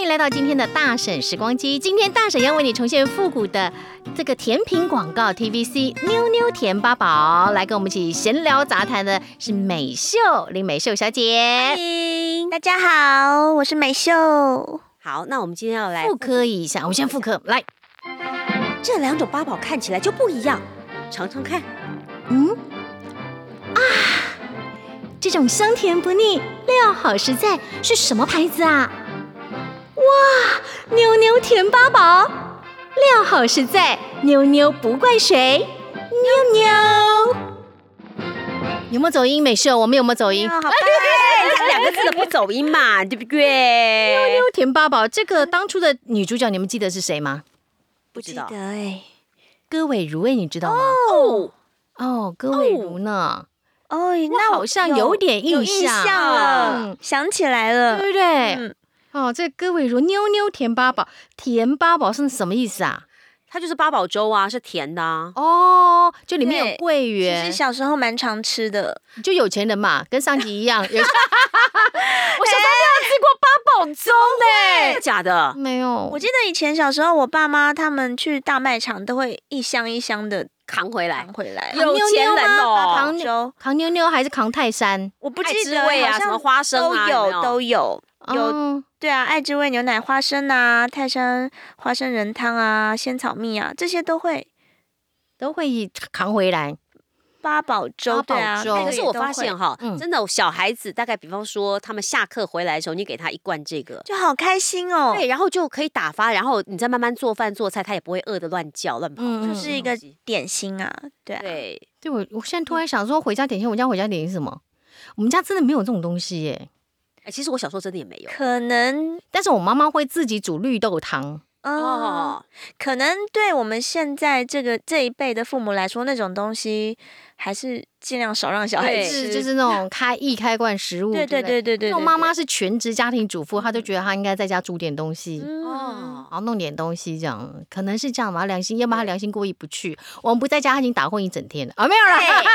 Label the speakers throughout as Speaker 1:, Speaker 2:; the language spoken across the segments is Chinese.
Speaker 1: 迎来到今天的大婶时光机。今天大婶要为你重现复古的这个甜品广告 TVC 妞妞甜八宝，来跟我们一起闲聊杂谈的是美秀林美秀小姐。
Speaker 2: 大家好，我是美秀。哦
Speaker 3: 好，那我们今天要来
Speaker 1: 复刻一下，我们先复刻来。
Speaker 3: 这两种八宝看起来就不一样，尝尝看。
Speaker 1: 嗯啊，这种香甜不腻，料好实在，是什么牌子啊？哇，妞妞甜八宝，料好实在，妞妞不怪谁，妞妞。有没有走音？美秀，我们有没有走音？
Speaker 2: 哦好
Speaker 1: 妞
Speaker 2: 棒！
Speaker 3: 哎，两个字的不走音嘛， 对不
Speaker 2: 哎
Speaker 3: 对？
Speaker 1: 妞甜八宝，这个当初的女主角，你们记得是谁吗？
Speaker 3: 不知
Speaker 2: 记
Speaker 3: 道
Speaker 2: 得哎，
Speaker 1: 歌尾如哎，你知道吗？
Speaker 3: 哦，
Speaker 1: 哦，歌尾如呢？
Speaker 2: 哦，那
Speaker 1: 好像有点
Speaker 2: 有
Speaker 1: 印
Speaker 2: 印
Speaker 1: 象，
Speaker 2: 象了
Speaker 1: 嗯，
Speaker 2: 想起来了。
Speaker 1: 对不对？
Speaker 3: 嗯，
Speaker 1: 哦，这歌尾如妞妞甜八宝，甜八宝是什么意思啊？
Speaker 3: 它就是八宝粥啊，是甜的啊。
Speaker 1: 哦，就里面有
Speaker 2: 对
Speaker 1: 桂
Speaker 2: 其
Speaker 1: 圆
Speaker 2: 实，小时候蛮常吃的，
Speaker 1: 就有钱人嘛，跟上集一样。有我 小时候没有吃过八宝粥
Speaker 2: 哎
Speaker 1: 呢、
Speaker 3: 真的假的？
Speaker 1: 没有
Speaker 2: 我。记得以前小时候，我爸妈他们去大卖场都会一箱一箱的
Speaker 3: 扛回来
Speaker 2: 扛，回来。啊
Speaker 1: 有
Speaker 3: 哎有钱人
Speaker 1: 把
Speaker 3: 哦，
Speaker 1: 糖
Speaker 2: 粥，
Speaker 1: 扛妞妞还是扛泰山？
Speaker 2: 我不
Speaker 3: 爱
Speaker 2: 记
Speaker 3: 滋
Speaker 2: 得，
Speaker 3: 味啊，
Speaker 2: 好
Speaker 3: 什么
Speaker 2: 像
Speaker 3: 花生
Speaker 2: 都
Speaker 3: 啊，
Speaker 2: 有都有。有
Speaker 1: 哦
Speaker 2: 对啊，爱之味牛奶、花生啊、泰山花生仁汤啊、仙草蜜啊，这些都会。
Speaker 1: 都会扛回来。
Speaker 2: 八宝
Speaker 1: 八
Speaker 2: 粥，
Speaker 1: 宝
Speaker 2: 对啊，
Speaker 1: 粥哎
Speaker 2: 那个
Speaker 3: 可是
Speaker 2: 也
Speaker 3: 我
Speaker 2: 都
Speaker 3: 发
Speaker 2: 会
Speaker 3: 现哈
Speaker 1: 嗯，
Speaker 3: 真的小孩子大概，比方说他们下课回来的时候，你给他一罐这个，
Speaker 2: 就好开心哦，
Speaker 3: 对，然后就可以打发，然后你再慢慢做饭做菜，他也不会饿得乱叫乱跑。
Speaker 1: 嗯，
Speaker 2: 就是
Speaker 1: 嗯
Speaker 2: 一个
Speaker 3: 东西
Speaker 2: 点心啊，对啊，
Speaker 3: 对，
Speaker 1: 对我，我现在
Speaker 3: 嗯
Speaker 1: 突然想说，回家点心，我家回家点心是什么？我们家真的没有这种东西耶。
Speaker 3: 哎，其实我小时候真的也没有。
Speaker 2: 可能
Speaker 1: 但是我妈妈会自己煮绿豆汤。
Speaker 2: 哦，
Speaker 3: 哦，
Speaker 2: 可能对我们现在这个这一辈的父母来说，那种东西还是尽量少让小孩
Speaker 3: 对
Speaker 1: 是
Speaker 2: 吃，
Speaker 1: 就是那种开易开罐食物，
Speaker 2: 对
Speaker 1: 对
Speaker 2: 对
Speaker 1: 不
Speaker 2: 对对对，
Speaker 1: 因为我
Speaker 2: 对
Speaker 1: 妈妈，是全职家庭主妇，她就
Speaker 3: 嗯
Speaker 1: 觉得她应该在家煮点东西，
Speaker 2: 对嗯，
Speaker 3: 哦
Speaker 1: 然后弄点东西这样，可能是这样吧。良心，要么她良心过意不去。我们不在家，她已经打混一整天了啊，没有
Speaker 3: 哎
Speaker 1: 啦。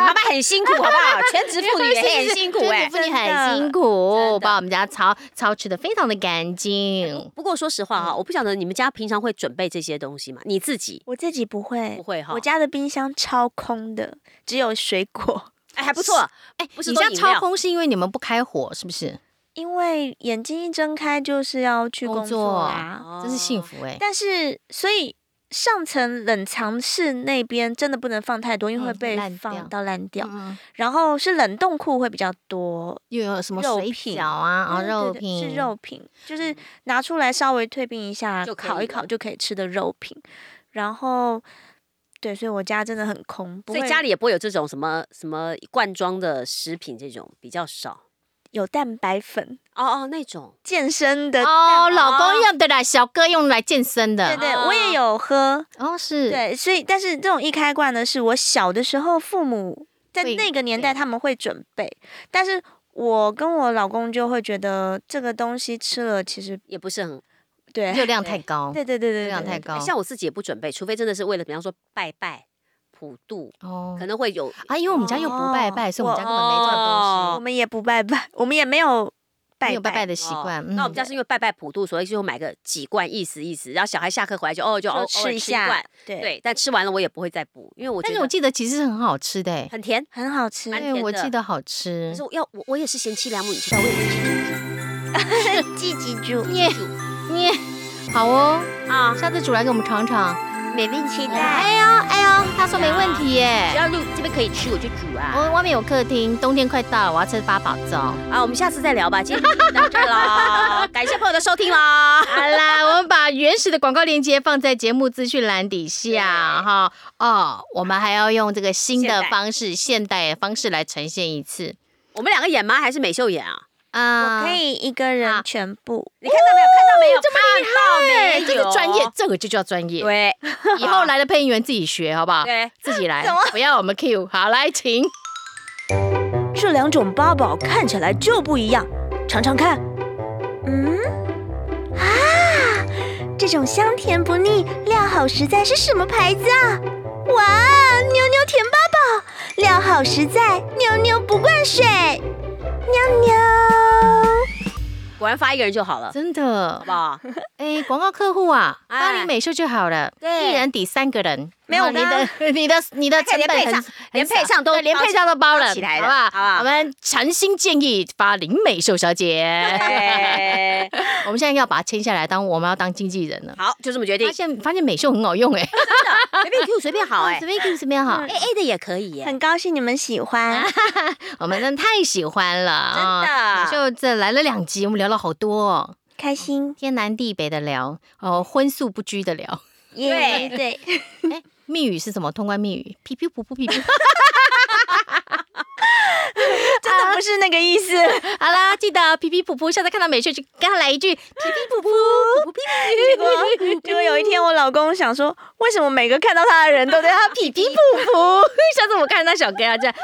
Speaker 3: 妈妈很辛苦，好不好？全 职妇女也很辛苦
Speaker 1: 就是
Speaker 3: 哎。
Speaker 1: 妇女
Speaker 2: 真的
Speaker 1: 很辛
Speaker 3: 真
Speaker 1: 苦，
Speaker 3: 的
Speaker 1: 把我们家操操持的非常的干净。
Speaker 3: 不过说实话哈，我不晓得你们家平常会准备这些东西吗？你自己
Speaker 2: 我自己不会，
Speaker 3: 不会哈
Speaker 2: 我家的冰箱超空的，只有水果，
Speaker 3: 哎还不错，
Speaker 1: 哎，
Speaker 3: 不是
Speaker 1: 你
Speaker 3: 都
Speaker 1: 家
Speaker 3: 饮
Speaker 1: 超
Speaker 3: 料
Speaker 1: 空是因为你们不开火，是不是？
Speaker 2: 因为眼睛一睁开就是要去工作啦，
Speaker 3: 哦
Speaker 1: 真是幸福哎。
Speaker 2: 但是所以。上层冷藏室那边真的不能放太多，因为会
Speaker 1: 嗯
Speaker 2: 被
Speaker 1: 烂掉
Speaker 2: 放到烂掉。
Speaker 1: 嗯嗯
Speaker 2: 然后是冷冻库会比较多，
Speaker 1: 又有什么
Speaker 2: 肉
Speaker 1: 水
Speaker 2: 品
Speaker 1: 饺啊，啊
Speaker 2: 嗯
Speaker 1: 肉
Speaker 2: 对对
Speaker 1: 品嗯
Speaker 2: 是肉品，就是拿出来稍微退冰一下，
Speaker 3: 就可以
Speaker 2: 烤一
Speaker 3: 了
Speaker 2: 烤就可以吃的肉品。然后，对，所以我家真的很空，不
Speaker 3: 所以
Speaker 2: 会
Speaker 3: 家里也不会有这种什么什么罐装的食品，这种比较少。
Speaker 2: 有蛋白粉，
Speaker 3: 哦哦，那种
Speaker 2: 健身的
Speaker 1: 哦，
Speaker 2: 蛋白
Speaker 1: 老公用的啦，小哥用来健身
Speaker 2: 对
Speaker 1: 的。
Speaker 2: 对，我也有喝，
Speaker 1: 哦，是。
Speaker 2: 对，所以但是这种一开罐呢，是我小的时候父母在
Speaker 1: 会
Speaker 2: 那个年代
Speaker 1: 对
Speaker 2: 他们会准备，但是我跟我老公就会觉得这个东西吃了其实
Speaker 3: 也不是很，哎
Speaker 2: 对，
Speaker 1: 热量太高，
Speaker 2: 对对对对，
Speaker 1: 热量
Speaker 2: 对
Speaker 1: 太
Speaker 2: 对
Speaker 1: 高。
Speaker 3: 像我自己也不准备，除非真的是为了，比方说拜拜、普渡，
Speaker 1: 哦
Speaker 3: 可能会有
Speaker 1: 啊，因为我们家又不拜拜，
Speaker 2: 哦
Speaker 1: 所以我们家根本没这种东
Speaker 2: 我们也不拜拜，我们也没有
Speaker 1: 西，
Speaker 2: 拜
Speaker 1: 没有拜拜的习惯。嗯
Speaker 3: 哦那我们家是因为拜拜普渡，所以就买个几罐意思意思，然后小孩下课回来就哦就偶
Speaker 2: 就
Speaker 3: 偶
Speaker 2: 吃
Speaker 3: 尔
Speaker 2: 一
Speaker 3: 吃一罐
Speaker 2: 下，，对，
Speaker 3: 对，但吃完了我也不会再补，因为我觉
Speaker 1: 但是
Speaker 3: 得
Speaker 1: 我记得其实是很好吃的欸，
Speaker 3: 很甜。
Speaker 2: 很好吃。
Speaker 3: 蛮
Speaker 1: 对，
Speaker 3: 甜的
Speaker 1: 我记得好吃
Speaker 3: 可是。我要我我也是贤妻良母，你知道我也是贤妻
Speaker 2: 记记住，
Speaker 1: 耶耶，好哦，
Speaker 3: 啊，
Speaker 1: 下次煮来给我们尝尝。
Speaker 2: 没问题的。
Speaker 1: 哎呦哎呦，他说没问题
Speaker 3: 只
Speaker 1: 耶。
Speaker 3: 要路这边可以吃我就煮啊。
Speaker 1: 我外面有客厅，冬天快到了，我要吃八宝粥。
Speaker 3: 啊，我们下次再聊吧，今天就到这儿了，感谢朋友的收听啦。
Speaker 1: 好啦，我们把原始的广告链接放在节目资讯栏底下哈。哦，我们还要用这个新
Speaker 3: 现
Speaker 1: 的
Speaker 3: 代
Speaker 1: 方式，现代的方式来呈现一次
Speaker 3: 我们两个演吗？还是美秀演啊？
Speaker 1: 啊。
Speaker 2: 我可以一个人全部，
Speaker 3: 你看到没有？看到没有？看到没有？
Speaker 1: 哦这是专业，这个就叫专业。
Speaker 3: 对
Speaker 1: 以后来的配音员自己学好不好？
Speaker 3: 对。
Speaker 1: 自己来
Speaker 2: 怎么，
Speaker 1: 不要我们 Q。好，来，请。
Speaker 2: 这两种八宝看起来就不一样，尝尝看。嗯，啊，这种香甜不腻、料好实在是什么牌子啊？哇，妞妞甜八宝，料好实在，妞妞不灌水，妞妞。
Speaker 3: 果然发一个人就好了，
Speaker 1: 真
Speaker 3: 好
Speaker 1: 的
Speaker 3: 不。好？
Speaker 1: 哎，广告客户啊，
Speaker 3: 哎
Speaker 1: 巴黎美秀就好了，
Speaker 3: 对
Speaker 1: 一人抵三个人。
Speaker 2: 没有
Speaker 1: 然后
Speaker 2: 我
Speaker 1: 你的、 你的、你的成
Speaker 3: 连
Speaker 1: 本
Speaker 3: 配
Speaker 1: 很
Speaker 3: 上连
Speaker 1: 很少
Speaker 3: 配上都
Speaker 1: 对连配上都包了，
Speaker 3: 包起来
Speaker 1: 好
Speaker 3: 了
Speaker 1: 不
Speaker 3: 好不好
Speaker 1: 我们诚心建议巴黎美秀小姐，
Speaker 3: 对，
Speaker 1: 我们现在要把它签下来，当我们要当经纪人了。
Speaker 3: 哎好，就这么决定
Speaker 1: 发，现发现美秀很好用哎、
Speaker 3: 随便 Q 随哎便好哎
Speaker 1: 随便 Q 随便好，
Speaker 3: ，A A 的也可以耶，
Speaker 2: 很高兴你们喜 欢。
Speaker 1: 我们真的太喜欢了
Speaker 3: 真
Speaker 1: 啊！
Speaker 3: 的，
Speaker 1: 就这来了两集，我们聊了好多、哦，
Speaker 2: 开心，
Speaker 1: 天南地北的聊，哦，荤素不拘的聊。
Speaker 2: 耶
Speaker 3: 对
Speaker 2: 对，
Speaker 1: 哎， 密语是什么？通关密语，皮皮噗噗皮皮。
Speaker 2: 真的不是那个意 思，
Speaker 1: 好啦，记得皮皮噗噗，下次看到美秀就跟他来一句皮皮 噗噗噗噗屁
Speaker 2: 结 果结果有一天我老公想说，为什么每个看到他的人都对
Speaker 1: 啊
Speaker 2: 他屁屁噗噗？
Speaker 1: 下次我看到小哥要这样，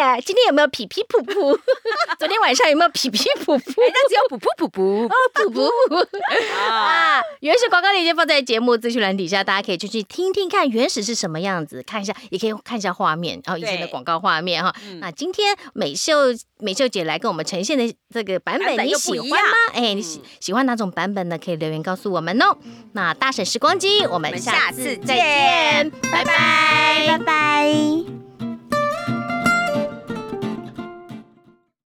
Speaker 1: 哎，今天有没有皮皮噗噗？ 昨天晚上有没有皮皮噗噗？
Speaker 2: 哎
Speaker 3: 那只有噗噗噗噗
Speaker 1: 哦，噗噗噗。
Speaker 3: 啊，
Speaker 1: 啊，原始广告链接放在节目资讯栏底下，大家可以进去听听看原始是什么样子，看一下，也可以看一下画面，哦然后以前的
Speaker 3: 对
Speaker 1: 广告画面哈。
Speaker 3: 嗯
Speaker 1: 那今天美秀美秀姐来跟我们呈现的这个版
Speaker 3: 版
Speaker 1: 本，
Speaker 3: 本
Speaker 1: 你
Speaker 3: 又
Speaker 1: 喜
Speaker 3: 不
Speaker 1: 欢
Speaker 3: 一
Speaker 1: 吗
Speaker 3: 样？
Speaker 1: 哎，你喜喜欢哪种版本呢？可以留言告诉我们哦。那大婶时光机，我
Speaker 3: 我
Speaker 1: 们
Speaker 3: 们
Speaker 1: 下
Speaker 3: 下
Speaker 1: 次
Speaker 3: 次
Speaker 1: 再见
Speaker 3: 见，
Speaker 1: 拜拜
Speaker 2: 拜拜。